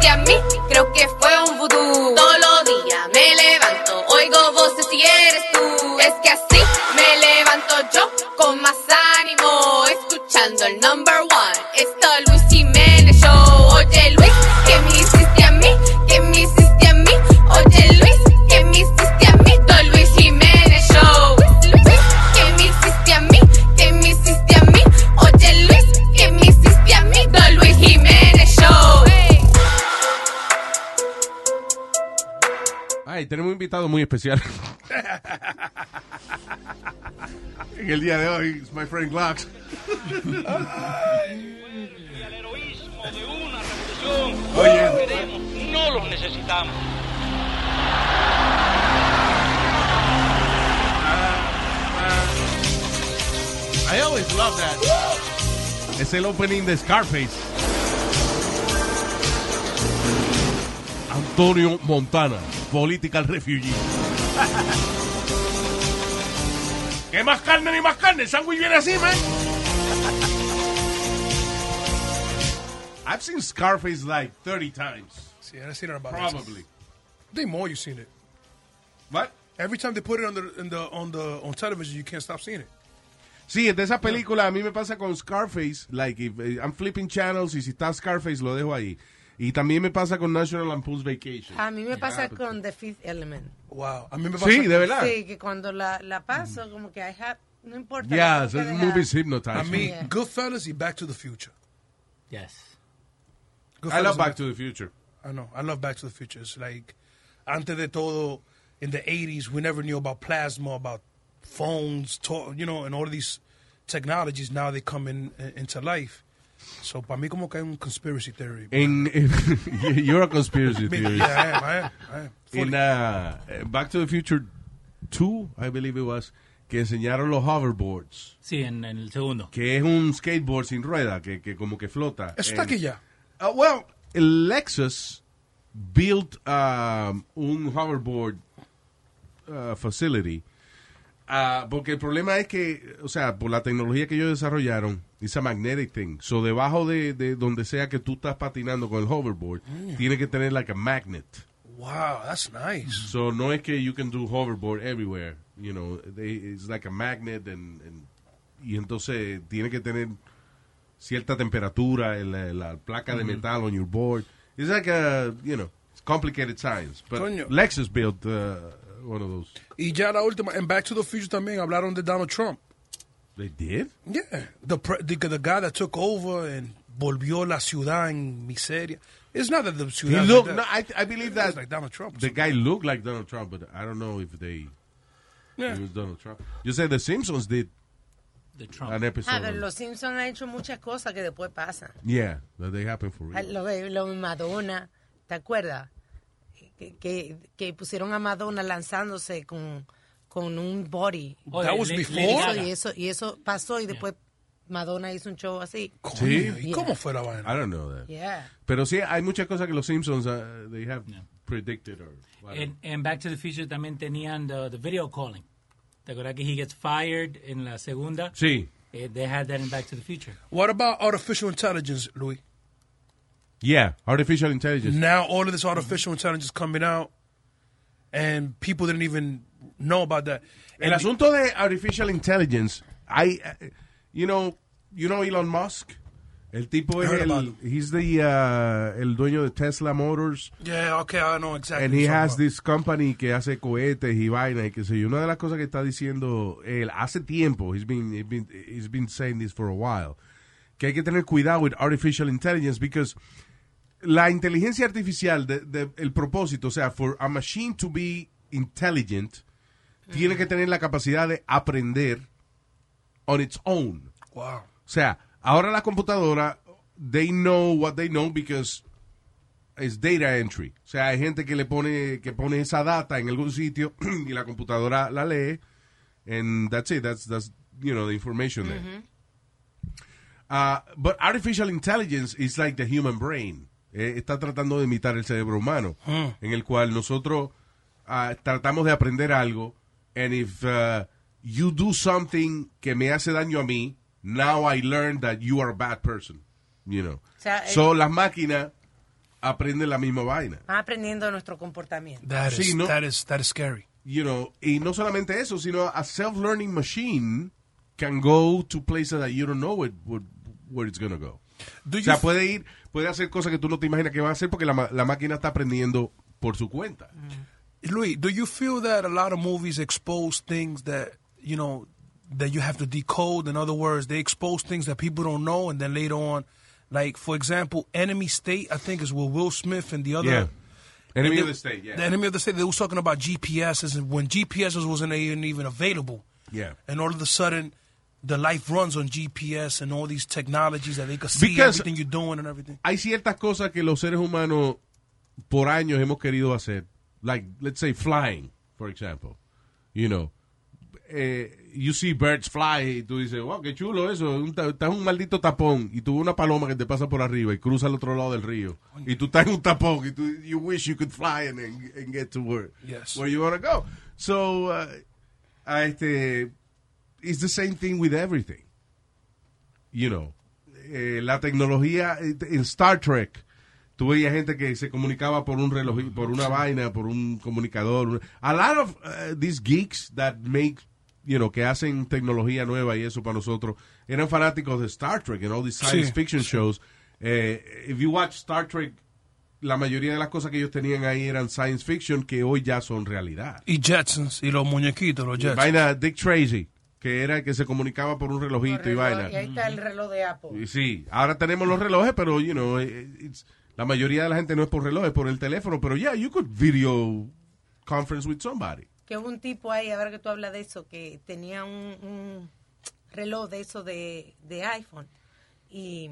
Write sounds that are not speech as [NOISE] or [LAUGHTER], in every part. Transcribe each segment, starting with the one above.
que a mí creo que fue un vudú. Todos los días me levanto, oigo voces y eres tú. Es que así me levanto yo con más ánimo, escuchando el number one. Esto es Luis Jiménez Show. Oye Luis, que me hiciste a mí, que me hiciste a mí. Oye Luis, que me hiciste a mí. Todo Luis Jiménez Show. Luis, Luis, que me hiciste a mí, que me hiciste a mí. Oye Luis, que me hiciste a mí. Todo Luis Jiménez Show. Ay, tenemos un invitado muy especial. En el día de hoy, it's my friend Glax. El heroísmo de una revolución. Oye. Queremos, no los necesitamos. I always love that. Es el opening de Scarface. Antonio Montana, political refugee. ¿Qué más carne ni más carne? El sándwich viene así, man. I've seen Scarface like 30 times, Yeah, I've seen it about probably. I think more you've seen it. What? Every time they put it on the in the on the on television, you can't stop seeing it. Sí, de Ah. esa película a mí me pasa con Scarface, like if eh, I'm flipping channels y si está Scarface lo dejo ahí. Y también me pasa con National Lampoon's Vacation. A mí me pasa con The Fifth Element. Wow. I mean, Sí, de Ah. verdad. Sí, que cuando la, la Mm. paso, como que I have, no importa. Yeah, la tengo that que movie is dejar. I hypnotizing. mean, Yeah. Goodfellas y Back to the Future. Yes. I love Goodfellas- Back to the Future. I know. I love Back to the Future. It's like, antes de todo, in the 80s, we never knew about plasma, about phones, to- you know, and all of these technologies. Now they come in into life. So, para mí, como que hay un conspiracy theory. [LAUGHS] En, en- you're a conspiracy Me- theorist. yeah, I am. I am. I En am. uh, Back to the Future 2, I believe it was, que enseñaron los hoverboards, Sí, en, en el segundo. que es un skateboard sin rueda, que, que como que flota. Eso está En- aquí ya. Uh, well, el Lexus built um, un hoverboard uh, facility. Ah, porque el problema es que, o sea, por la tecnología que ellos desarrollaron, esa magnetic thing, so debajo de, de donde sea que tú estás patinando con el hoverboard, tiene que tener like a magnet. Wow, that's nice. So no es que you can do hoverboard everywhere, you know, they- it's like a magnet and, and- y entonces tiene que tener cierta temperatura en la, la placa de metal on your board. It's like a, you know, it's complicated science. But Coño. Lexus built uh, one of those. Y ya la última, en Back to the Future también hablaron de Donald Trump. They did? Yeah, the, pre- the the guy that took over and volvió la ciudad en miseria. It's not that the He ciudad. looked, like no, that. I, I believe It's that like Donald Trump. the guy looked like Donald Trump, but I don't know if they, Yeah. it was Donald Trump. You said The Simpsons did De an Trump. episode. A ver, of- Ah, los Simpsons han hecho muchas cosas que después pasan. yeah, that they happened for real. Lo de lo de Madonna, ¿te acuerdas? Que, que, que pusieron a Madonna lanzándose con, con un body. Oh, That de was Le- before? Lady Eso, Gaga. y, eso, y eso pasó y después Madonna hizo un show así. Coño, ¿Y Yeah. cómo fue la I vaina? don't know that. Yeah. Pero sí, hay muchas cosas que los Simpsons uh, they have predicted or whatever. En, en Back to the Future también tenían the, the video calling. ¿Te acuerdas que he gets fired en la segunda? Sí. Eh, they had that in Back to the Future. What about artificial intelligence, Louis? Yeah, artificial intelligence. Now all of this Mm-hmm. artificial intelligence coming out, and people didn't even know about that. El And asunto de artificial intelligence, I eh, you know, you know Elon Musk, el tipo es Heard about el him. he's the uh, el dueño de Tesla Motors yeah, okay, I know exactly. and what he you're has talking this company que hace cohetes y vaina y qué sé yo. Una de las cosas que está diciendo él hace tiempo, he's been, he's been, he's been saying this for a while, que hay que tener cuidado with artificial intelligence because la inteligencia artificial, de- de- el propósito, o sea, for a machine to be intelligent, tiene que tener la capacidad de aprender on its own. about. Wow. O sea, ahora la computadora, they know what they know because it's data entry. O sea, hay gente que le pone, que pone esa data en algún sitio [CLEARS THROAT] y la computadora la lee. And that's it. That's, that's you know, the information there. Ah, but artificial intelligence is like the human brain. Eh, está tratando de imitar el cerebro humano, en el cual nosotros ah, tratamos de aprender algo. And if uh, you do something que me hace daño a mí, now I learn that you are a bad person. You know. sea, so las máquinas aprende la misma vaina. Van aprendiendo nuestro comportamiento. That is, Sí, ¿no? that is, that is scary. You know, y no solamente eso, sino a self-learning machine can go to places that you don't know it, would- where it's going to go. Do O you sea, puede ir, puede hacer cosas que tú no te imaginas que va a hacer porque la, ma- la máquina está aprendiendo por su cuenta. Louis, do you feel that a lot of movies expose things that you know that you have to decode? In other words, they expose things that people don't know, and then later on, like for example, Enemy State, I think is with Will Smith and the other. Yeah. Enemy they- of the state, este, yeah. The enemy of the state. They was talking about GPSs, and when GPSs wasn't even even available, Yeah. and all of a sudden, the life runs on GPS and all these technologies that they could see Because- everything you're doing and everything. hay ciertas cosas que los seres humanos por años hemos querido hacer. Like, let's say flying, for example. You know, eh, you see birds fly y tú dices, wow, qué chulo eso. un ta- Estás en un maldito tapón y tú ves una paloma que te pasa por arriba y cruza al otro lado del río. Y tú estás en un tapón y tú, you wish you could fly and, and, and get to where, Yes. where you want to go. So, uh, a este, it's the same thing with everything you know, eh, la tecnología eh, en Star Trek. Tú veías gente que se comunicaba por un reloj, por una vaina, por un comunicador. un- A lot of uh, these geeks that make, you know, que hacen tecnología nueva y eso para nosotros, eran fanáticos de Star Trek and all these science Sí. fiction shows. Eh, if you watch Star Trek, la mayoría de las cosas que ellos tenían ahí eran science fiction que hoy ya son realidad. Y Jetsons y los muñequitos, los Jetsons. Vaina Dick Tracy, que era el que se comunicaba por un relojito y Reloj, vaina. y ahí está el reloj de Apple. Y Sí, ahora tenemos los relojes, pero, you know, eh, it's- la mayoría de la gente no es por relojes, por el teléfono, pero yeah, you could video conference with somebody. Que hubo un tipo ahí, ahora que tú hablas de eso, que tenía un, un reloj de eso de, de iPhone y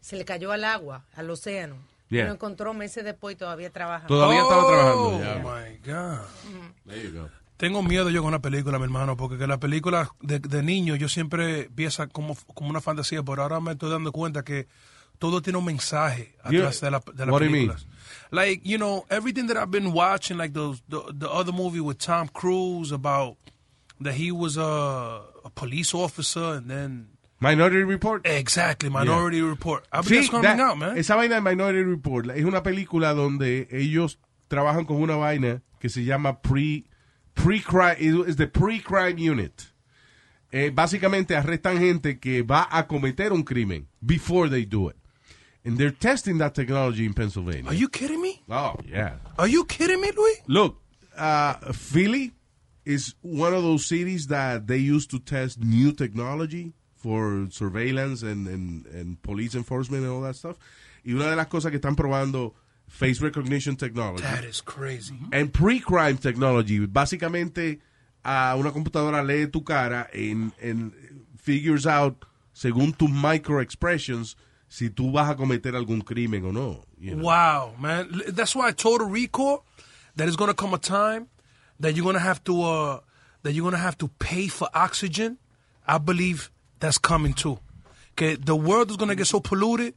se le cayó al agua, al océano. Yeah. Y Lo encontró meses después y todavía trabaja. Todavía estaba trabajando. Oh ya. my God. There you go. Tengo miedo yo con la película, mi hermano, porque que la película de, de niño yo siempre piensa como, como una fantasía, pero ahora me estoy dando cuenta que todo tiene un mensaje atrás de la, de la What do you mean? película. Like, you know, everything that I've been watching, like those, the, the other movie with Tom Cruise about that he was a, a police officer and then... Minority Report. Exactly, Minority Report. I believe Sí, it's coming that- out, man. Esa vaina de Minority Report la- es una película donde ellos trabajan con una vaina que se llama pre pre-crime es the pre-crime unit. Eh, básicamente arrestan gente que va a cometer un crimen before they do it. And they're testing that technology in Pennsylvania. Are you kidding me? oh, yeah. Are you kidding me, Luis? Look, uh, Philly is one of those cities that they use to test new technology for surveillance and, and, and police enforcement and all that stuff. Y una de las cosas que están probando face recognition technology That is crazy. and pre-crime technology. Básicamente, a una computadora lee tu cara en, en figures out según tus microexpressions si tú vas a cometer algún crimen o no. you know. Wow, man. L- That's why Total Recall, that is going to come a time that you're going to have to uh that you're going to have to pay for oxygen. I believe that's coming too. Okay, the world is going to get so polluted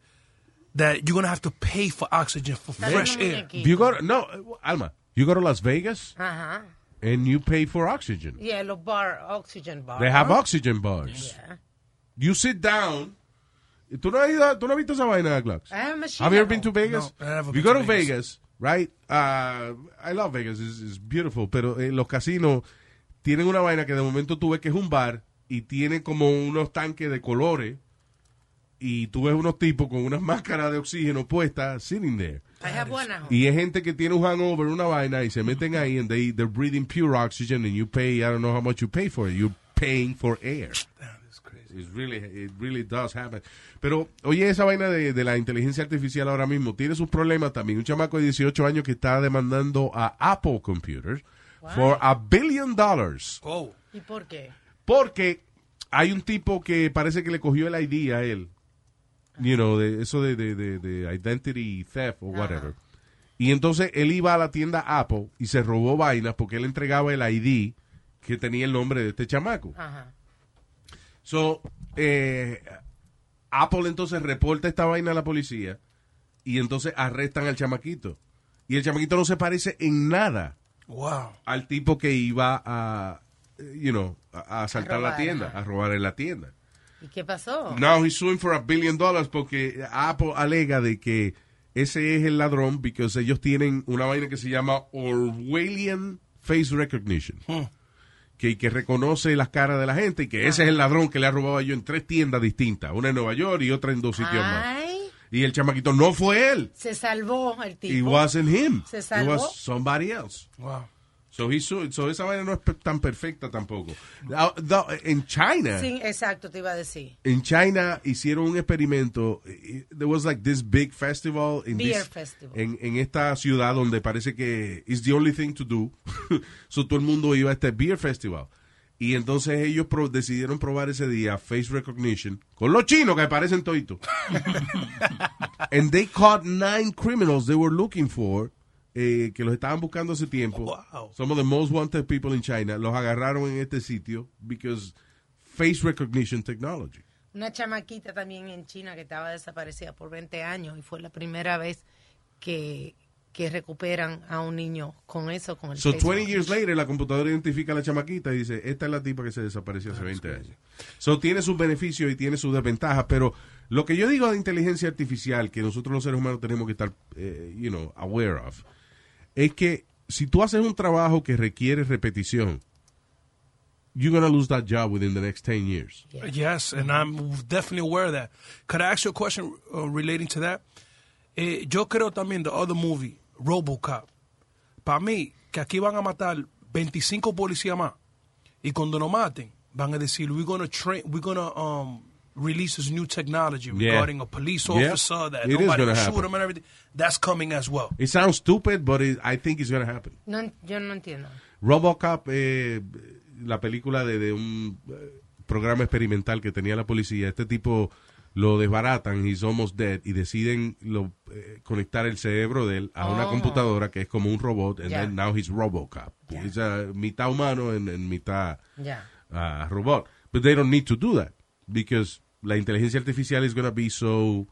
that you're going to have to pay for oxygen for Está fresh haciendo air. muñequito. You go to- no, Alma, you go to Las Vegas Ajá. and you pay for oxygen. Y los bar, oxygen bar. They have oxygen bars. Yeah. You sit down. ¿Tú no, has ido, ¿Tú no has visto esa vaina, Glax? I have a machine Have you ever at been to home. Vegas? No, I haven't you go been to to Vegas, right? Uh, I love Vegas. It's, it's beautiful. Pero eh, los casinos tienen una vaina que de momento tú ves que es un bar y tiene como unos tanques de colores y tú ves unos tipos con unas [LAUGHS] máscaras de oxígeno puestas sitting there. I have one at home. Y es gente que tiene un hangover, una vaina, y se meten ahí and they, they're breathing pure oxygen and you pay, I don't know how much you pay for it, you're paying for air. That is crazy. It's really, it really does happen. Pero, oye, esa vaina de, de la inteligencia artificial ahora mismo tiene sus problemas también. Un chamaco de 18 años que está demandando a Apple Computers for a billion dollars. Oh, ¿Y por qué? Porque hay un tipo que parece que le cogió el ID a él. You know, de, eso de, de, de- de identity theft o whatever. Y entonces él iba a la tienda Apple y se robó vainas porque él entregaba el ID que tenía el nombre de este chamaco. Ajá. So, eh, Apple entonces reporta esta vaina a la policía y entonces arrestan al chamaquito. Y el chamaquito no se parece en nada wow. al tipo que iba a, eh, you know, a, a asaltar A la robar, tienda, ajá. a robar en la tienda. ¿Y qué pasó? Now he's suing for a billion dollars porque Apple alega de que ese es el ladrón because ellos tienen una vaina que se llama Orwellian Face Recognition. Hmm, Que, que reconoce las caras de la gente y que ese es el ladrón que le ha robado a yo en tres tiendas distintas, una en Nueva York y otra en dos sitios más. Ay, Y el chamaquito no fue él. se salvó el tipo. It wasn't him. pues, Se It salvó. was somebody else. Wow. So, he su- so esa vaina no es pe- tan perfecta tampoco. Ah, no, En China, Sí, exacto, te iba a decir. en China hicieron un experimento. eh, There was like this big festival in Beer this- festival. En, en esta ciudad donde parece que it's the only thing to do. [LAUGHS] so todo el mundo iba a este beer festival. Y entonces ellos pro- decidieron probar ese día face recognition con los chinos que parecen [LAUGHS] toditos. And they caught nine criminals they were looking for, eh, que los estaban buscando hace tiempo. Oh, Wow. Some of the most wanted people in China los agarraron en este sitio because face recognition technology. Una chamaquita también en China que estaba desaparecida por 20 años y fue la primera vez que, que recuperan a un niño con eso, con el So face 20 years recognition. later, la computadora identifica a la chamaquita y dice, esta es la tipa que se desapareció hace 20 años. So tiene sus beneficios y tiene sus desventajas, pero lo que yo digo de inteligencia artificial, que nosotros los seres humanos tenemos que estar, eh, you know, aware of, es que si tú haces un trabajo que requiere repetición, you're gonna lose that job within the next 10 years. Yes, and I'm definitely aware of that. Could I ask you a question uh, relating to that? Eh, yo creo también the other movie, Robocop. Para mí, que aquí van a matar 25 policías más. Y cuando lo maten, van a decir, we're gonna train, we're gonna um, release this new technology Yeah. regarding a police Yeah. officer that It is nobody gonna can shoot happen. him and everything. That's coming as well. It sounds stupid, but it- I think it's gonna happen. No en- yo no entiendo. Robocop, eh, la película de, de un eh, programa experimental que tenía la policía, este tipo lo desbaratan, he's almost dead, y deciden lo, eh, conectar el cerebro de él a una Oh. computadora que es como un robot, and Ya. then now he's Robocop. Es mitad humano en, en mitad Ya. ah, robot. But they don't need to do that, because la inteligencia artificial is going to be so...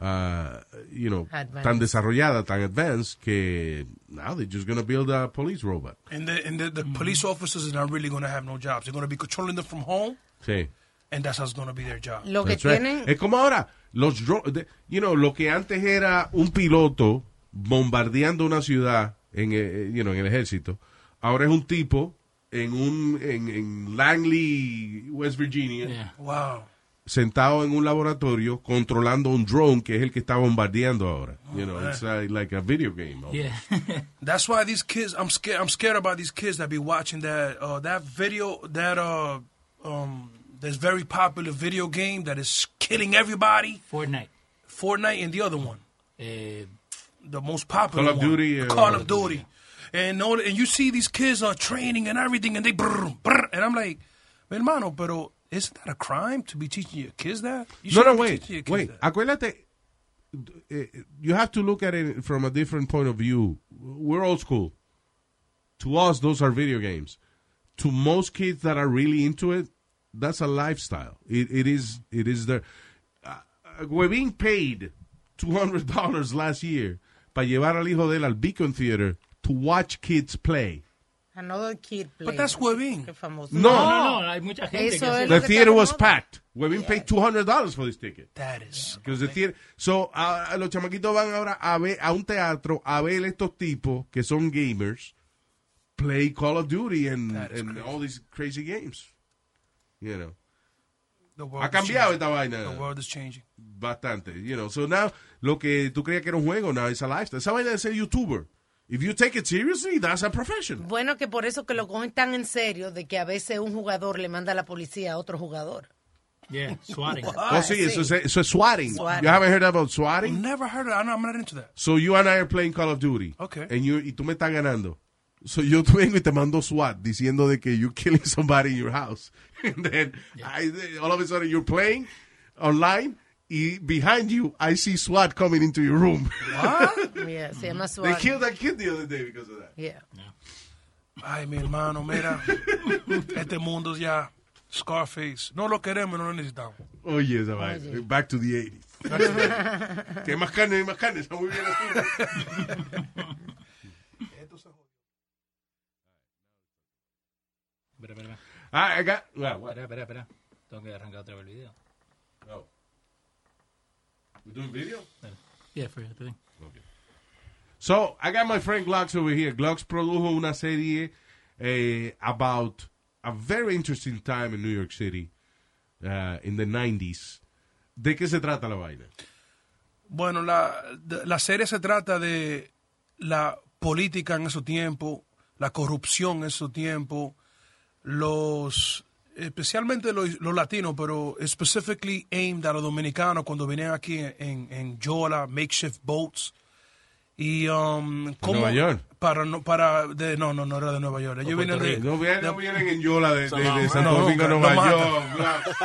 ah, you know, Advanced. tan desarrollada, tan advanced que now they're just going to build a police robot. And the, and the, the police officers are not really gonna have no jobs. They're gonna be controlling them from home, Sí. and that's how's gonna be their job. Lo que That's right. Eh, tienen... Es como ahora, los dro- de- you know, lo que antes era un piloto bombardeando una ciudad en, eh, you know, en el ejército, ahora es un tipo en un en, en Langley, West Virginia, Yeah. Wow. sentado en un laboratorio controlando un drone que es el que está bombardeando ahora. You know, it's uh, like a video game. Ah. Yeah. [LAUGHS] That's why these kids. I'm scared. I'm scared about these kids that be watching that uh, that video that uh um this very popular video game that is killing everybody. Fortnite. Fortnite and the other one, Eh, the most popular Call of one. Duty, uh, Call of Duty. And all, and you see these kids are training and everything, and they brr, brr, and I'm like, mi hermano, pero isn't that a crime to be teaching your kids that? You No, no, shouldn't be wait, teaching your kids wait. that. Acuérdate, eh, you have to look at it from a different point of view. We're old school. To us, those are video games. To most kids that are really into it, that's a lifestyle. It, it is. It is their. Uh, we're being paid two hundred dollars last year para llevar al hijo del al Beacon Theater to watch kids play. Another kid play. But that's huevín. Qué famoso. No. no, no, no, hay mucha gente Oh. Eso que hace- es The lo que theater está de was moda. packed. We're being paid two hundred dollars for this ticket. That is. Because the theater- so, a- a los chamaquitos van ahora a ver a un teatro a ver estos tipos que son gamers play Call of Duty and, That's and all these crazy games. You know. The world Ha is cambiado changing. esta vaina The world is changing. bastante, you know. So now lo que tú creías que era un juego now es a lifestyle. Esa vaina de ser youtuber. If you take it seriously, that's a profession. Bueno, que por eso que lo cogen tan en serio de que a veces un jugador le manda a la policía a otro jugador. Yeah, swatting. oh, sí, Ah, sí. Eso, es, eso es swatting. Swatting. You haven't heard about I swatting? never heard of. I know, I'm not into that. So you and I are playing Call of Duty. Okay. And you, y tú me estás ganando. So yo [LAUGHS] te vengo y te mando SWAT diciendo de que you're killing somebody in your house. [LAUGHS] And then I- all of a sudden you're playing online y behind you I see SWAT coming into your room. Yeah, se [LAUGHS] llama Mm. They SWAT. killed that kid the other day because of that. Yeah. Ay, mi hermano, mira. este mundo ya. Scarface. No lo queremos, no lo necesitamos. Oye, esa vaina. Back to the 80s. [LAUGHS] que más carne, más carne. Está muy bien así. Espera, espera, espera, Ah, I got- well, what? espera, espera, espera. Tengo que arrancar otra vez el video. No. We doing video? Ya, Yeah, for the thing. So, I got my friend Glocks over here. Glocks produjo una serie eh, about a very interesting time in New York City uh, in the 90s. ¿De qué se trata la vaina? Bueno, la, de- la serie se trata de la política en esos tiempos, la corrupción en esos tiempos, los especialmente los, los latinos, pero specifically aimed a los dominicanos cuando venían aquí en, en Yola, makeshift boats. Y um, cómo- Nueva York? Para, no, para, de, no, no, no era de Nueva York. Ellos vienen de, No vienen, no vienen en Yola de, de, de Santo No, Domingo, nunca, Nueva no York. Glocks.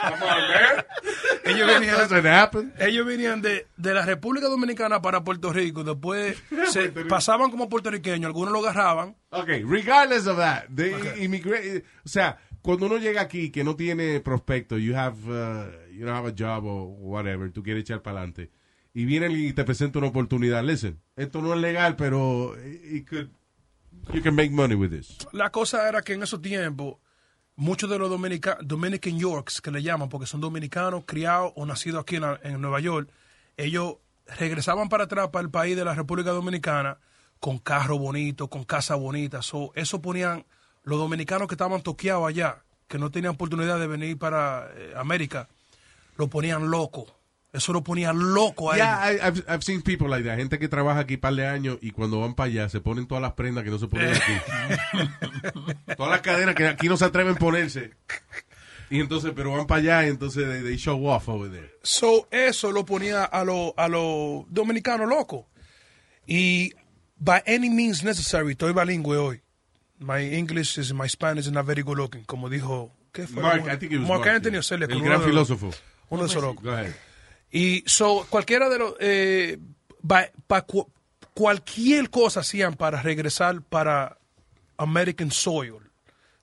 Come on, man. [LAUGHS] ellos venían, Doesn't happen. Ellos venían de, de la República Dominicana para Puerto [LAUGHS] Rico. Después se Puerto Rico. pasaban como puertorriqueños, algunos lo agarraban. Ok, regardless of that, they immigra- o sea, cuando uno llega aquí que no tiene prospecto, you have, uh, you don't have a job o whatever, tú quieres echar para adelante, y vienen y te presentan una oportunidad, listen, esto no es legal, pero it could, you can make money with this. La cosa era que en esos tiempos, muchos de los dominicanos, Dominican Yorks, que le llaman, porque son dominicanos criados o nacidos aquí en, la- en Nueva York, ellos regresaban para atrás, para el país de la República Dominicana, con carro bonito, con casa bonita. So, eso ponían los dominicanos que estaban toqueados allá, que no tenían oportunidad de venir para eh, América, lo ponían loco. Eso lo ponían loco a Yeah, ellos. I, I've, I've seen people like that, gente que trabaja aquí par de años y cuando van para allá se ponen todas las prendas que no se ponen aquí. todas las cadenas que aquí no se atreven a ponerse. Y entonces, pero van para allá y entonces they, they show off over there. So, eso lo ponía a los a los dominicanos locos. Y by any means necessary, estoy bilingüe hoy. My English is my Spanish is not very good looking, como dijo ¿qué fue? Mark, I think it was Mark Mark, Anthony yeah. Ocelia, El uno gran de los- filósofo. Uno de esos locos. Go ahead. Y so, cualquiera de los. eh, ba- pa- cu- cualquier cosa hacían para regresar para American soil,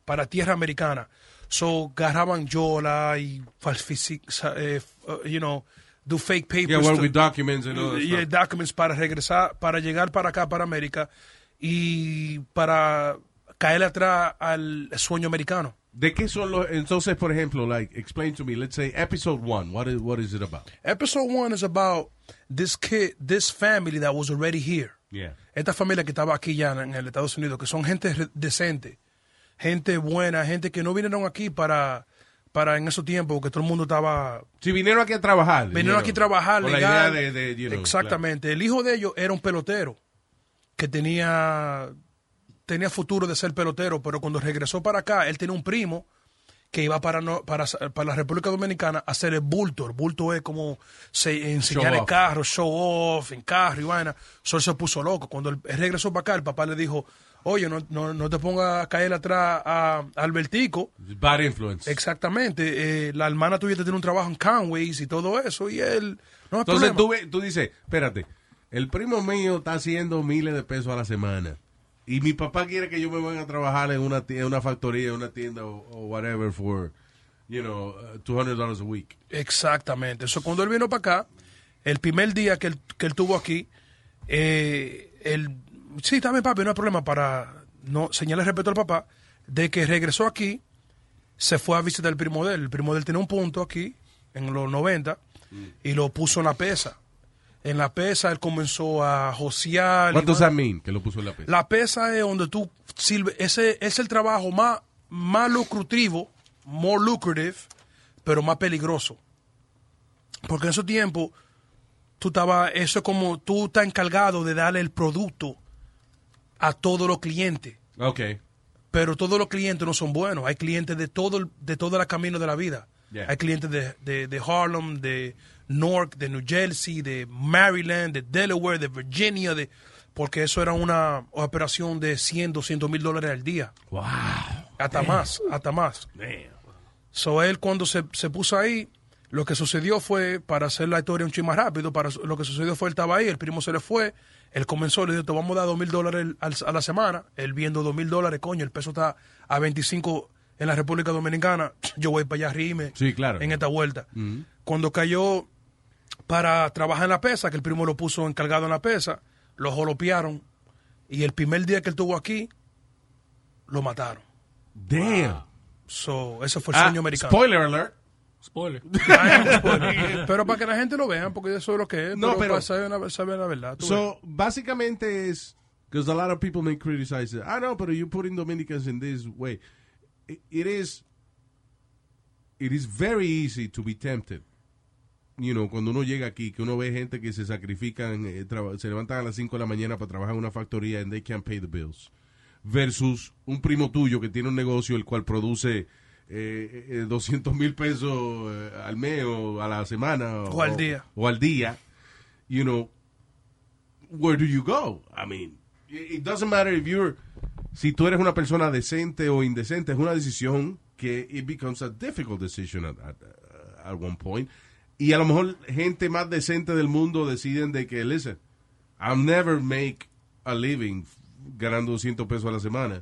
para tierra americana. So, agarraban yola y falsific- sa- eh, f- uh, you know, do fake papers. Yeah, well, to- with documents and all that Yeah, stuff. documents para regresar, para llegar para acá, para América, y para caer atrás al sueño americano. ¿De qué son los, entonces, por ejemplo, like, explain to me, let's say, episode one, what is, what is it about? Episode one is about this kid, this family that was already here. Yeah. Esta familia que estaba aquí ya en el Estados Unidos, que son gente re- decente, gente buena, gente que no vinieron aquí para, para en esos tiempos que todo el mundo estaba... Si vinieron aquí a trabajar. Vinieron aquí a trabajar Con legal. la idea de, de, you know, Exactamente. El hijo de ellos era un pelotero que tenía, tenía futuro de ser pelotero, pero cuando regresó para acá, él tenía un primo que iba para, no- para, para la República Dominicana a hacer el bulto. El bulto es como se, enseñar Show el off. carro, show off, en carro y vaina. So, él se puso loco. Cuando él regresó para acá, el papá le dijo, oye, no, no, no te pongas a caer atrás a Albertico. claro. Bad influence. Exactamente. Eh, la hermana tuya te tiene un trabajo en Conway's y todo eso. Y él. No, hay Entonces problema. tú, ve- tú dices, espérate, el primo mío está haciendo miles de pesos a la semana. Y mi papá quiere que yo me vaya a trabajar en una, tie- en una factoría, en una tienda o, o whatever for, you know, uh, $200 a week. Exactamente. Eso cuando él vino para acá, el primer día que él, que él tuvo aquí, eh, él, sí, también papi, no hay problema para no señalar respeto al papá, de que regresó aquí, se fue a visitar al primo de él. El primo de él tenía un punto aquí, en los 90, Mm. y lo puso en la pesa. En la pesa él comenzó a josear. y ¿Cuánto va- that mean? Que lo puso en la pesa. La pesa es donde tú sirve, ese es el trabajo más, más lucrativo, more lucrative, pero más peligroso. Porque en esos tiempos, tú estaba, eso es como tú estás encargado de darle el producto a todos los clientes. Okay. Pero todos los clientes no son buenos. Hay clientes de todo el- de todos los caminos de la vida. Yeah. Hay clientes de, de- de Harlem, de Newark, de New Jersey, de Maryland, de Delaware, de Virginia, de porque eso era una operación de 100, 200 mil dólares al día. Wow. Hasta más, hasta más. So él cuando se, se puso ahí, lo que sucedió fue, para hacer la historia un chin más rápido, para, lo que sucedió fue él estaba ahí, el primo se le fue, él comenzó, le dijo, te vamos a dar dos mil dólares al- a la semana, él viendo dos mil dólares, coño, el peso está a 25 en la República Dominicana, yo voy para allá a reírme Sí, claro. en esta vuelta. Cuando cayó para trabajar en la pesa, que el primo lo puso encargado en la pesa, lo jolopearon y el primer día que él estuvo aquí, lo mataron. Damn. So, ese fue el Ah, sueño americano. Spoiler alert. [LAUGHS] Spoiler. pero para que la gente lo vea, porque eso es lo que es. No, No, pero, pero- para saber la, saber la verdad. Ah, tú ves. So, básicamente es, because a lot of people may criticize it. Ah, I know, but you're putting Dominicans in this way. I- it is, it is very easy to be tempted. You know, cuando uno llega aquí, que uno ve gente que se sacrifican, eh, traba- se levantan a las 5 de la mañana para trabajar en una factoría and they can't pay the bills. Versus un primo tuyo que tiene un negocio el cual produce eh, eh, 200 mil pesos eh, al mes o a la semana. O al día. O al día. You know, where do you go? I mean, it it doesn't matter if you're, si tú eres una persona decente o indecente, es una decisión que it becomes a difficult decision at, at, at one point. Y a lo mejor gente más decente del mundo deciden de que, listen, I'll never make a living ganando 200 pesos a la semana.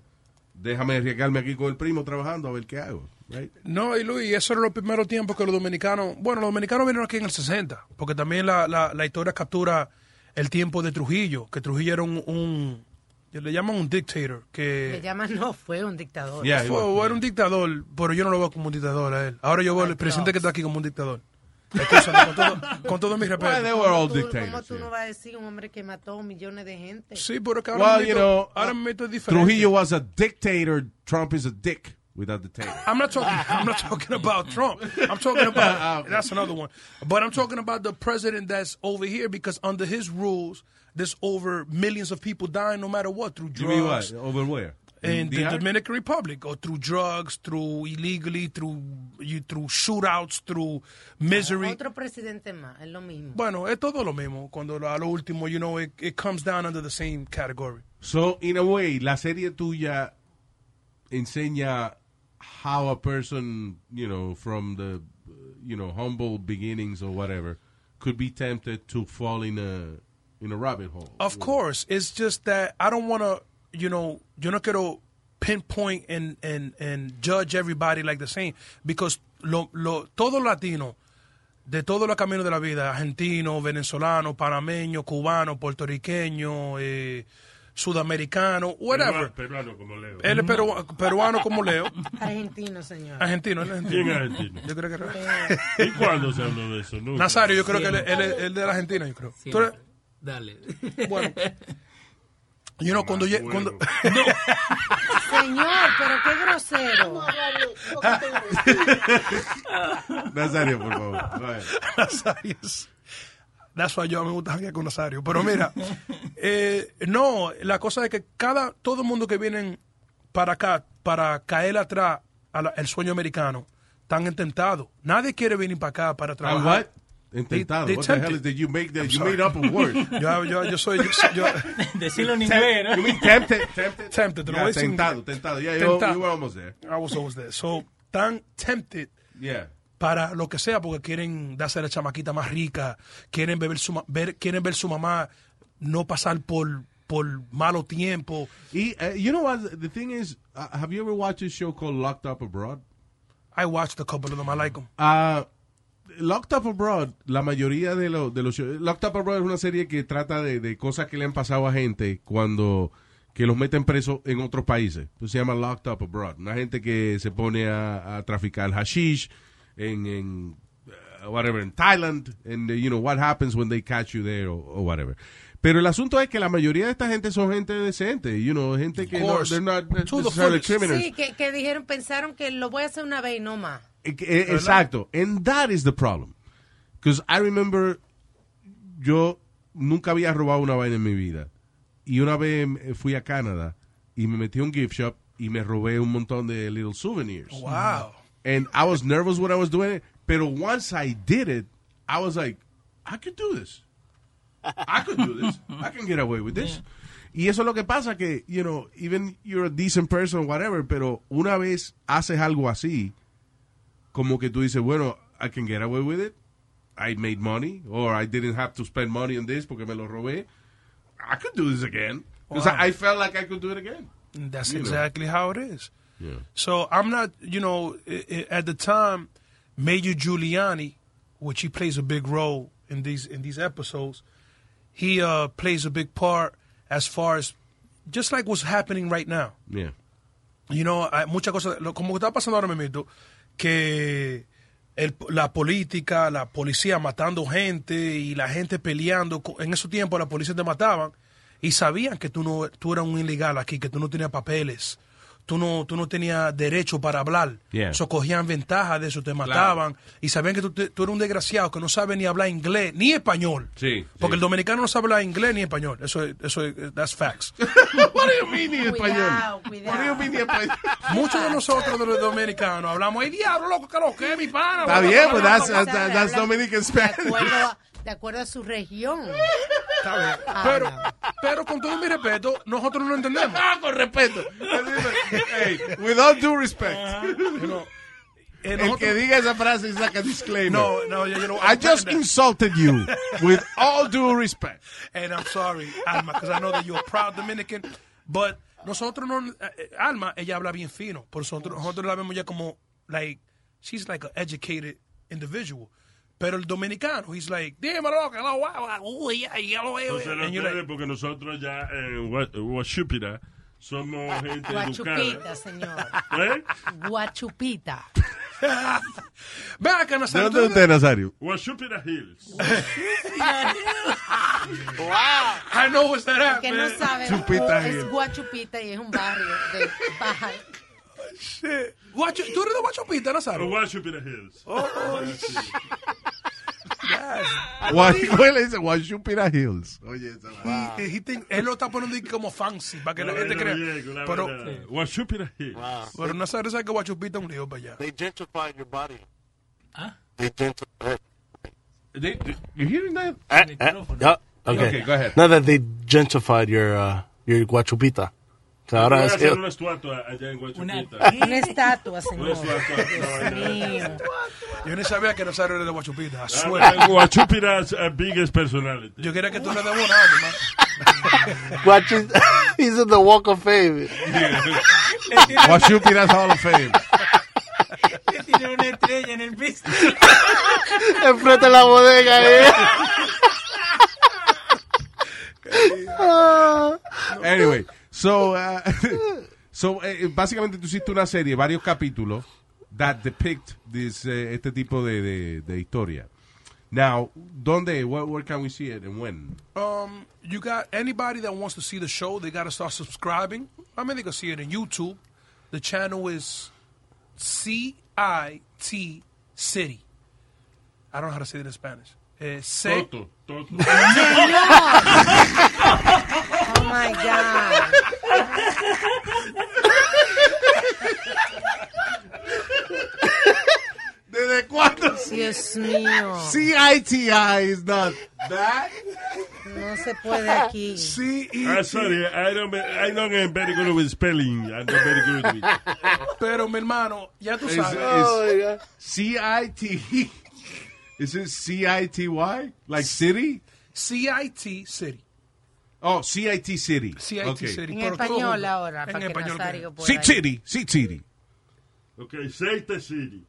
Déjame arriesgarme aquí con el primo trabajando a ver qué hago. Right? No, y Luis, eso era los primeros tiempos que los dominicanos. Bueno, los dominicanos vinieron aquí en el 60, porque también la, la, la historia captura el tiempo de Trujillo, que Trujillo era un. un- le llaman un dictator, Me que. llaman, no, fue un dictador. Yeah, fue- igual. era un dictador, pero yo no lo veo como un dictador a él. Ahora yo veo Ay, al presidente Dios. que está aquí como un dictador. Escúchame, con todo, con todo mi Well, they respeto. were all ¿Cómo tú- ¿Cómo dictators. tú yeah. no vas a decir un hombre que mató millones de gente? Sí, pero que ahora Well, mismo- you know, uh, ahora mismo es diferente. Trujillo was a dictator. Trump is a dick without the tail. I'm not talking. I'm not talking about Trump. I'm [LAUGHS] talking about that's another one. But I'm talking about the president that's over here because under his rules, there's over millions of people dying no matter what through You mean drugs what? Over where? in the DR? Dominican Republic or through drugs, through illegally, through you through shootouts, through misery. Otro presidente más, es lo mismo. Bueno, es todo lo mismo. Cuando lo- a lo último, you know, it, it comes down under the same category. So, in a way, la serie tuya enseña how a person, you know, from the, uh, you know, humble beginnings or whatever, could be tempted to fall in a in a rabbit hole. Of course, it's just that I don't want to, you know, yo no quiero pinpoint and and and judge everybody like the same because lo lo todo latino de todos los caminos de la vida, argentino, venezolano, panameño, cubano, puertorriqueño, eh, sudamericano, whatever. Eh. Peruano como Leo. Él es perua- peruano como Leo, [LAUGHS] Argentino, señor. argentino, él es argentino. argentino? Yo creo que era- ¿Y cuándo se habló de eso? Nunca. Nazario, yo creo que él, es- él, es- él es de la Argentina, yo creo. Tú eres- Siempre. Dale. bueno, you know, cuando, lle- cuando, Señor, pero qué grosero. Nazario, por favor. Go ahead. [LAUGHS] Nazarios. That's why yo me gusta janguear con Nazario. Pero mira, eh, no, la cosa es que cada, todo el mundo que vienen para acá, para caer atrás al sueño americano, están intentados. Nadie quiere venir para acá para And trabajar. what? Intentado. they what the hell tempted. is that you make that? you sorry. made up a word. [LAUGHS] Yo, yo, yo soy, yo, soy- yo- [LAUGHS] Decirlo en inglés, ¿no? You [LAUGHS] mean tempted? [LAUGHS] Tempted? Tempted, no, Yeah, it's in- tentado, tentado. Yeah, you, Tentado. you were almost there. I was always there. So, tan tempted Yeah. para lo que sea, porque quieren darse a la chamaquita más rica, quieren, beber su, ma- ver, quieren ver su mamá no pasar por, por malo tiempo. He, uh, you know what? The thing is, uh, have you ever watched a show called Locked Up Abroad? I watched a couple of them, I like them. Ah, Locked Up Abroad, la mayoría de, lo- de los... shows- Locked Up Abroad es una serie que trata de, de cosas que le han pasado a gente cuando... que los meten presos en otros países. Entonces se llama Locked Up Abroad. Una gente que se pone a, a traficar hashish en... en uh, whatever, en Thailand, and uh, you know, what happens when they catch you there, or, or whatever. Pero el asunto es que la mayoría de esta gente son gente decente, you know, gente que Of no, course. they're not To the necessarily fullest. criminals. Sí, que, que dijeron, pensaron que lo voy a hacer una vez y no más. Eh, eh, Exacto. And that is the problem. Because I remember, yo nunca había robado una vaina en mi vida. Y una vez eh, fui a Canadá y me metí a un gift shop y me robé un montón de little souvenirs. Wow. And I was nervous when I was doing it. Pero once I did it, I was like, I could do this. I could do this. I can get away with this. Y eso es lo que pasa que, you know, even you're a decent person, whatever, pero una vez haces algo así, como que tú dices, bueno, I can get away with it. I made money, or I didn't have to spend money on this porque me lo robé. I could do this again. Because I, I felt like I could do it again. That's You know. exactly how it is. Yeah. So I'm not, you know, i- i- at the time, Major Giuliani, which he plays a big role in these in these episodes, he uh, plays a big part as far as just like what's happening right now. Yeah. You know, hay muchas cosas, lo- como está pasando ahora mismo, que el- la política, la policía matando gente y la gente peleando. Co- En esos tiempos la policía te mataban y sabían que tú, no, tú eras un ilegal aquí, que tú no tenías papeles, tú no, tú no tenías derecho para hablar. Yeah. So, cogían ventaja de eso, te mataban y sabían que tú, te- tú eras un desgraciado que no sabe ni hablar inglés ni español. Sí, Porque sí. el dominicano no sabe hablar inglés ni español. Eso, es- eso, es- that's facts. [LAUGHS] What do you mean in Cuidado, español? cuidado. What do you mean in español? Muchos de nosotros, de los dominicanos, hablamos, ¡ay, diablo, loco, que lo que es mi pana! Está bueno, bien, bueno, pues bueno". that's, that's, that's Dominican De Spanish. acuerdo, a, de acuerdo a su región. Está bien. Ah, Pero, no. pero con todo mi respeto, nosotros no lo entendemos. Eh, Ah, con respeto. Hey, [LAUGHS] with all due respect. No. Eh, El nosotros- que diga esa frase y saca disclaimer. no, no, yo, yo no. I just insulted you with all due respect. And I'm sorry, Alma, because I know that you're a proud Dominican, but nosotros no. eh, Alma, ella habla bien fino, por eso nosotros, nosotros la vemos ya como, like, she's like an educated individual. Pero el dominicano, he's like, dímelo, que lo guau, uy, ya, ya lo veo. Entonces, And you're ustedes, like, porque nosotros ya en Gua- Guachupita Ah, somos gente Guachupita, educada. señor. ¿Eh? Guachupita. [LAUGHS] Ven acá, ¿De Nazario. dónde tú- usted, Nazario? Guachupita Hills. Oh. I know what's that at, Que man. no sabe. Chupita es Hill. Guachupita y es un barrio de Baja. Shit. Guacho, tú eres de Guachupita, Nazario. Guachupita Hills. Oh, Guay- [LAUGHS] ¿Cómo le dice? Guachupira Hills. Oye, esa va. He- he think- este, él lo está poniendo ahí como fancy, para que la gente crea. Pero, Pero, Guachupita Hills. pero Nazario sabe que Guachupita es un lío para allá. They gentrified your body. Ah. They gentrified. They- they- You hearing that? Ah, okay. Okay, go ahead. Now that they gentrified your uh, your guachupita. Que Voy Ahora eh, a es, hacer una estatua allá en Guachupita. Una- Una Pues estatua, Una señor. estatua. Dios mío. Yo ni sabía que Nazario era de Guachupita, I swear. Ah, Guachupita's uh, biggest personality. Yo quería que tú le devoras, mi man. Guachu- [LAUGHS] he's in the Walk of Fame. [LAUGHS] ¿eh? Guachupira's Hall of Fame. Tiene una estrella en el piso. Enfrente de la bodega, eh. Anyway, so, uh, [LAUGHS] so eh, básicamente tú hiciste una serie, varios capítulos, that depict this, eh, este tipo de, de, de historia. Now, ¿dónde? Where, where can we see it and when? Um, you got anybody that wants to see the show, they got to start subscribing. I mean, they can see it in YouTube. The channel is C I T City. I don't know how to say it in Spanish. Eh, C- Toto, Toto. Oh my God. ¿Desde cuándo? Dios mío. CITI is not that. No se puede aquí. C E I'm Ah, sorry, I don't, I don't am very good with spelling. I'm not very [LAUGHS] good with it. Pero mi hermano, ya tú Is, sabes. is Oh, my God. CIT. E. [LAUGHS] Is it CITY? Like city? CIT City. Oh, CIT City. CIT Okay. City. En pero todo español junto. ahora, En para que español, Nazario pueda. Sea City. Sea City. Okay, Seita City.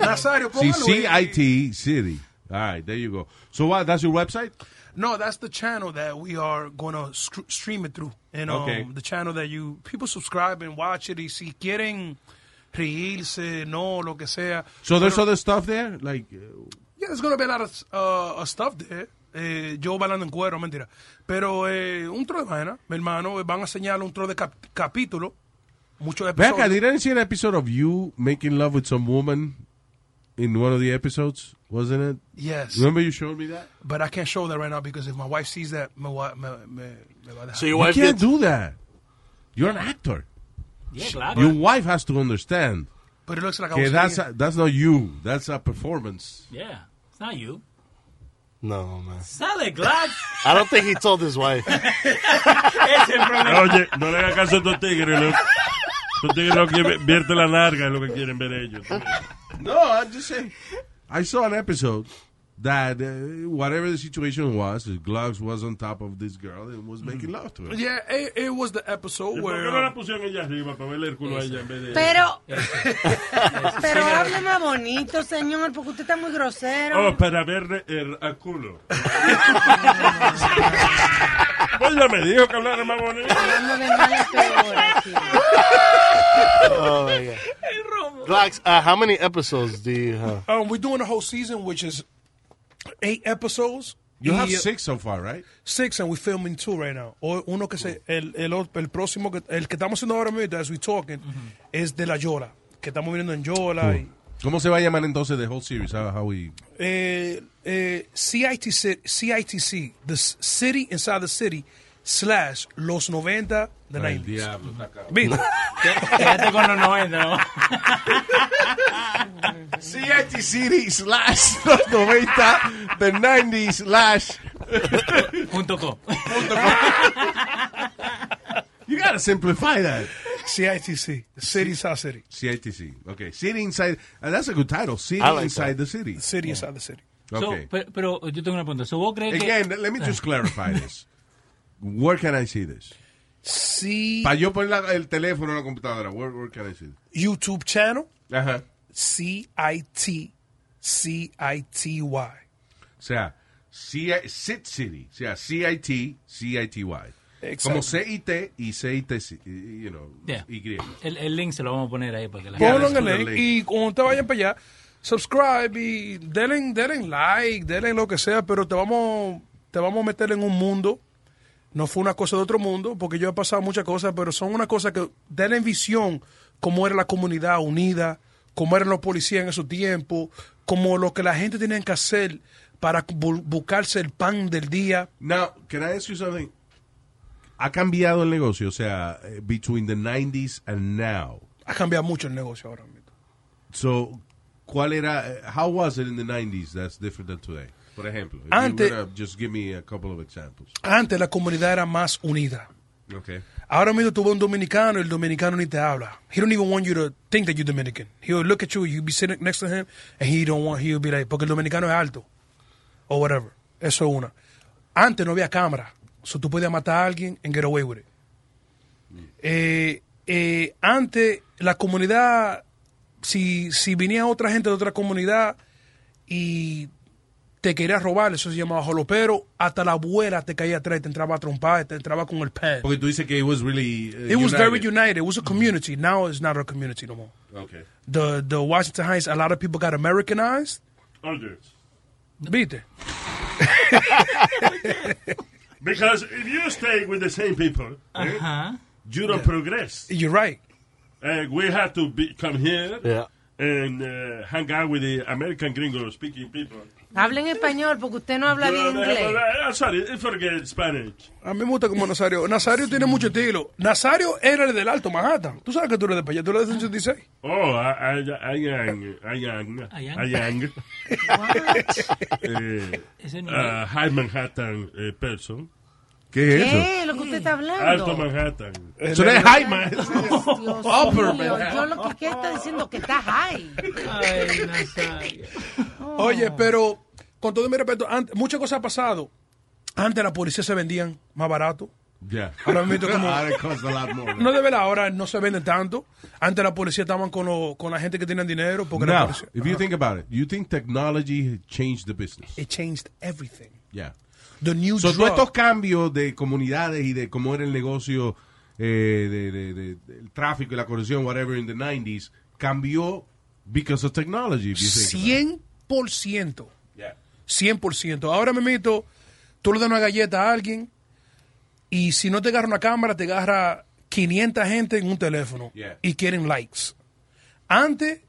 Nazario, See, póngalo ahí. CIT E, City. All right, there you go. So what? That's your website? No, that's the channel that we are going to sc- stream it through. And um, Okay. the channel that you people subscribe and watch it. Y si quieren reírse, no, lo que sea. So there's Pero- other stuff there, like uh, Yeah, there's going to be a lot of uh, uh, stuff there. Eh, yo bailando en cuero, mentira. Pero eh, un tro de vaina, mi hermano, eh, van a enseñar un tro de cap- capítulo. Muchos back. I episodios. didn't see an episode of you making love with some woman in one of the episodes, wasn't it? Yes. Remember you showed me that. But I can't show that right now because if my wife sees that, me, wa- me, me, me va a dejar. So your You wife can't gets, do that. You're an actor. Yeah, claro. Your wife has to understand. But it looks like I Okay, was that's singing. a, that's not you. That's a performance. Yeah. It's not you. no, man. Sale, Glad. I don't think he told his [LAUGHS] wife. Ese es el problema. Oye, no le hagas caso a estos tigres. Los, estos tigres lo que vierte la larga es lo que quieren ver ellos. No, I'm just saying. I saw an episode that uh, whatever the situation was, Gloves was on top of this girl and was making love to her. Yeah, it, it was the episode ¿Y ¿Por where. qué no um, la pusieron ella arriba para verle el culo a ella en vez de... Pero, pero hable más bonito, señor, porque usted está muy grosero. Oh, para verle el, el culo. [LAUGHS] Pues ya me dijo que hablara más bonito. Hablando de mal a peor aquí. Oh, my God. El romo. Glax, uh, how many episodes do you have? Um, we're doing a whole season, which is eight episodes. You have Y- six so far, right? Six, and we're filming two right now. O- uno que se, el, el, otro- el próximo, que, el que estamos haciendo ahora mismo, as we talking, es de La Yola, que estamos viendo en Yola. y- ¿Cómo se va a llamar entonces the whole series? How, how we... eh, eh, CITC, CITC, the s- city inside the city, slash los 90, the 90s. Mira, [LAUGHS] Quédate con los 90, ¿no? CIT City slash [LAUGHS] los 90, the 90 slash. [LAUGHS] Punto com. You gotta simplify that. CITC, the city inside city, CITC. Okay. City inside. uh, that's a good title. City I like inside the city. city inside the city. So, Okay. pero, pero yo tengo una pregunta. So, ¿Vos crees que Again, let me [LAUGHS] just clarify this. Where can I see this? C Para yo poner la- el teléfono en la computadora. Where, where can I see it? YouTube channel, Ajá. C-I-T, C-I-T-Y. O sea, C- Sit City. O sea, C-I-T, C-I-T-Y. Exacto. Como C-I-T y C-I-T, you know, Yeah. Y. el, el link se lo vamos a poner ahí para que la Yeah, Ponlo let's en el put link the y cuando te vayan para allá, subscribe y denle, denle like, denle lo que sea, pero te vamos, te vamos a meter en un mundo. No fue una cosa de otro mundo, porque yo he pasado muchas cosas, pero son una cosa que denle visión cómo era la comunidad unida, cómo eran los policías en esos tiempos, cómo lo que la gente tenía que hacer para bu- buscarse el pan del día. Now, can I ask you something? Ha cambiado el negocio, o sea, eh, between the 90s and now. Ha cambiado mucho el negocio ahora mismo. So, ¿cuál era? eh, How was it in the 90s that's different than today? Por ejemplo, if you Ante- were to just give me a couple of examples. Antes la comunidad era más unida. Okay. Ahora mismo tú ves un dominicano y el dominicano ni te habla. He don't even want you to think that you're Dominican. He'll look at you, you'll be sitting next to him, and he don't want, he'll be like, porque el dominicano es alto. O whatever. Eso es una. Antes no había cámara. So tú podías matar a alguien and get away with it. Eh, eh, antes la comunidad, si, si venía otra gente de otra comunidad y te quería robar, eso se llamaba jolopero, hasta la abuela te caía atrás y te entraba a trompar, te entraba con el pan. Porque tú dices que it was really eh, It was very united. united. It was a community. Now it's not a community no more. Okay. The the Washington Heights, a lot of people got Americanized. Oye, Viste? Because if you stay with the same people, eh, you don't progress. You're right. Uh, we have to be, come here Yeah. and uh, hang out with the American gringo speaking people. Hablen español porque usted no habla bien inglés. I'm sorry, I forget Spanish. A mí me gusta como Nazario. Nazario tiene mucho estilo. Nazario era el del Alto Manhattan. Tú sabes que tú eres de Payá, tú eres de 186. Oh, I, I, I am, I am, I Ayang? am, uh, Ese no es- uh, high Manhattan uh, person, ¿Qué es eso? ¿Qué? Lo que usted está Alto hablando. Manhattan. Eso no es high, man. Dios Upper mío, Manhattan. yo lo que ¿qué está diciendo que está high. Ah. Ay, Nazario. Oye, pero con todo mi respeto, antes- muchas cosas han pasado. Antes la policía se vendían más barato. Yeah. Ahora mismo [LAUGHS] como- Ahora it costs a lot more. No de verdad, ahora no se venden tanto. Antes la policía estaban con, lo- con la gente que tienen dinero. Porque la Now, policía, if you think about it, you think technology changed the business. It changed everything. Yeah. The new So, todos drug. estos cambios de comunidades y de cómo era el negocio, eh, de, de- de- del tráfico y la corrupción, whatever, in the 90s, cambió because of technology. if you think about it. 100%. Yeah. 100%. Ahora me meto, tú le das una galleta a alguien y si no te agarra una cámara, te agarra 500 gente en un teléfono Yeah. y quieren likes. Antes,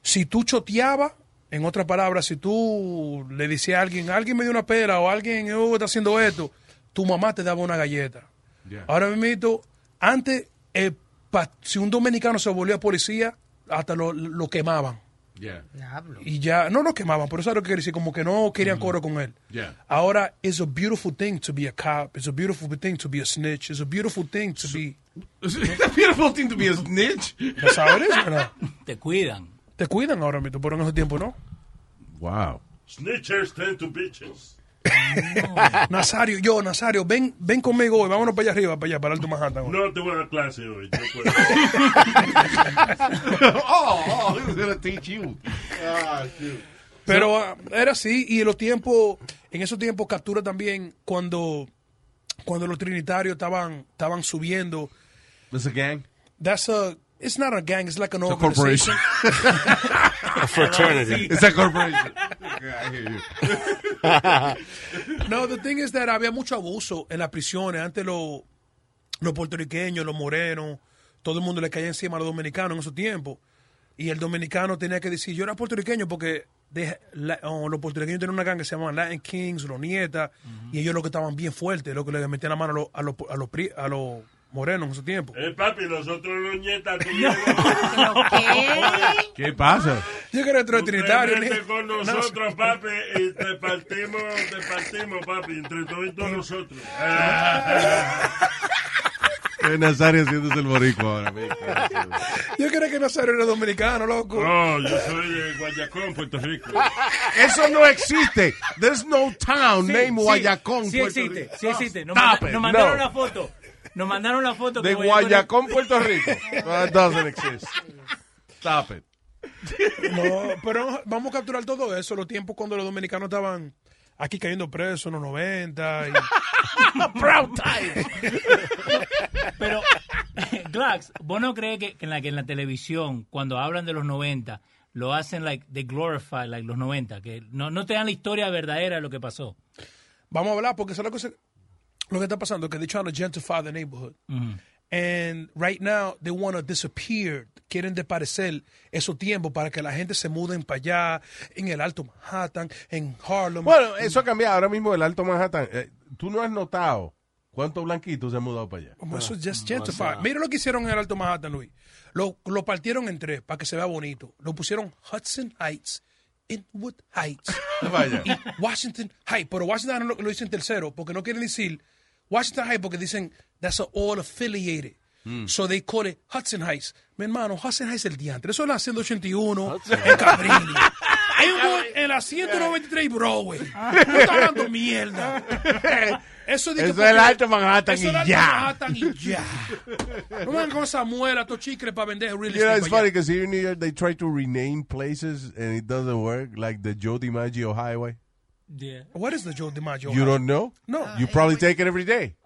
si tú choteabas, en otras palabras, si tú le decías a alguien, alguien me dio una pera o alguien oh, está haciendo esto, tu mamá te daba una galleta. Yeah. Ahora me meto, antes, eh, pa- si un dominicano se volvía policía, hasta lo- lo quemaban. Yeah. [LAUGHS] Diablo. Y ya, no lo quemaban, pero eso es lo que quiere decir, como que no querían coro con él. Mm. Yeah. Ahora, it's a beautiful thing to be a cop, it's a beautiful thing to be a snitch, it's a beautiful thing to be... beautiful thing to be a snitch. That's how it is, ¿verdad? Te cuidan. Te cuidan ahora mismo, pero en ese [LAUGHS] tiempo no. Wow. Snitches tend to bitches. Nazario, yo, Nazario, ven ven conmigo hoy, vámonos para allá arriba, para allá, para el Alto Manhattan. hoy. No te voy a dar clase hoy. no puedo. oh, oh, he was going to teach you. Ah, shoot. Pero ah, era así, y en los tiempos, en esos tiempos captura también cuando, cuando los trinitarios estaban, estaban subiendo... That's a gang? That's a, It's not a gang. It's like an It's a organization. corporation. A fraternity. It's a corporation. [LAUGHS] Okay, I hear you. No, the thing is that había mucho abuso en las prisiones. Antes los los puertorriqueños, los morenos, todo el mundo le caía encima a los dominicanos en esos tiempos. Y el dominicano tenía que decir, yo era puertorriqueño porque de- la- oh, los puertorriqueños tenían una gang que se llamaban Latin Kings, los nietas, y ellos los que estaban bien fuertes, los que le metían la mano a los, a los, pu- a los pri- a los morenos en esos tiempos. Eh, papi, nosotros los nietas [LAUGHS] ¿Qué? ¿Qué pasa? Yo creo que era trinitario. Vete ni- [LAUGHS] con no, nosotros, papi, y te partimos, te partimos, papi, entre todos y todos [LAUGHS] nosotros. Ah, Eh, Nazario haciéndose el boricua ahora mismo. yo creo que Nazario era dominicano, loco. No, yo soy de Guayacón, Puerto Rico. Eso no existe. There's no town Sí, named sí, Guayacón, Sí Puerto existe, Rico. sí existe. Nos, Stop manda- it, nos mandaron no. una foto. Nos mandaron una foto De que Guayacón- Guayacón, Puerto Rico. No, it doesn't exist. Stop it. No, pero vamos a capturar todo eso, los tiempos cuando los dominicanos estaban aquí cayendo presos en los 90. y- [LAUGHS] Pero, [LAUGHS] Glax, ¿vos no crees que, que en la, que en la televisión, cuando hablan de los 90, lo hacen, like, they glorify, like, los 90, que no, no te dan la historia verdadera de lo que pasó? Vamos a hablar porque eso es lo que, se- lo que está pasando, que they're trying to gentrify the neighborhood. And right now they want to disappear, quieren desaparecer esos tiempos para que la gente se muden para allá, en el Alto Manhattan, en Harlem. Bueno, eso ha cambiado. Ahora mismo el Alto Manhattan. eh, Tú no has notado cuántos blanquitos se han mudado para allá. Como Eso es just gentrify. Mira lo que hicieron en el Alto Manhattan, Luis. Lo, lo partieron en tres para que se vea bonito. Lo pusieron Hudson Heights, Inwood Heights. Vaya. y [LAUGHS] Washington High, pero Washington lo, lo dicen tercero porque no quieren decir Washington High porque dicen that's a all affiliated. Hmm. So they call it Hudson Heights. Mi hermano, Hudson Heights es el diantre. Eso es la 181 en [LAUGHS] Cabrini. Hay un gol en la 193 y Broadway. No está hablando [LAUGHS] mierda. Eso, dije Eso porque- es el Alto Manhattan eso y es el Alto ya. Manhattan y [LAUGHS] ya. No me hagan con esa muela, estos chicles para vender real [LAUGHS] You know, estate it's pa' allá. funny because here in New York they try to rename places and it doesn't work, like the Joe DiMaggio Highway. Yeah. What is the Joe DiMaggio? You don't know? No. You probably take it every day.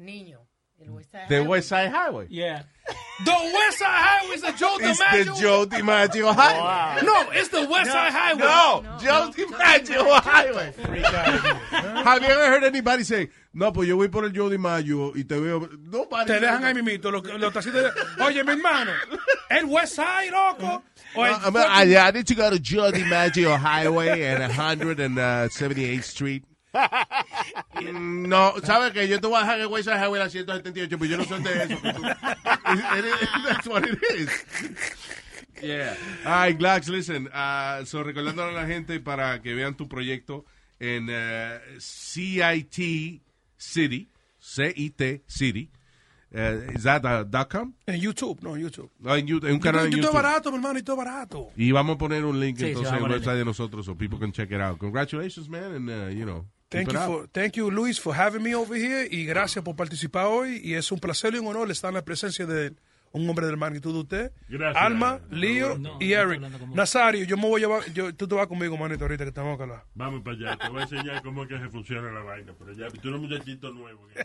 Niño, el West Side The Highway. West Side Highway. Yeah. The West Side Highway is the Joe It's DiMaggio. the Joe DiMaggio Highway. No, it's the West Side Highway. No, Joe DiMaggio Highway. Have you ever heard anybody say, no, pues yo voy por el Joe DiMaggio y te veo... Nobody. Te dejan ahí mimito, los, los taxistas. de- Oye, mi hermano, el West Side, loco. O el, Uh, I, mean, I, yeah, I need to go to Joe DiMaggio Highway and 178th Street. Mm, No, sabes que yo te voy a dejar en West Side Highway la 178, pero pues yo no soy de eso. que tú- It- it- that's what it is. [LAUGHS] Yeah. All right, Glax, listen. Uh, so, recordándole a la gente para que vean tu proyecto en uh, CIT City, C-I-T City. Uh, is that uh, dot .com? en YouTube, no, en YouTube. No, en, YouTube- en un canal en YouTube es YouTube. barato, mi hermano, y todo es barato. Y vamos a poner un link Sí, sí, entonces en vamos a el poner el website de nosotros so people can check it out. Congratulations, man, and uh, you know. Thank keep you, it up. for, thank you, Luis, for having me over here. Y gracias por participar hoy. Y es un placer y un honor estar en la presencia de un hombre de la magnitud de usted. Gracias. Alma, Leo No, y no estoy Eric. hablando con vos. Nazario, yo me voy a llevar. Yo, tú te vas conmigo, manito, ahorita que estamos acá. hablar. Vamos para allá, te voy a enseñar cómo es que se funciona la vaina. Pero ya, tú eres un muchachito nuevo. ¿eh?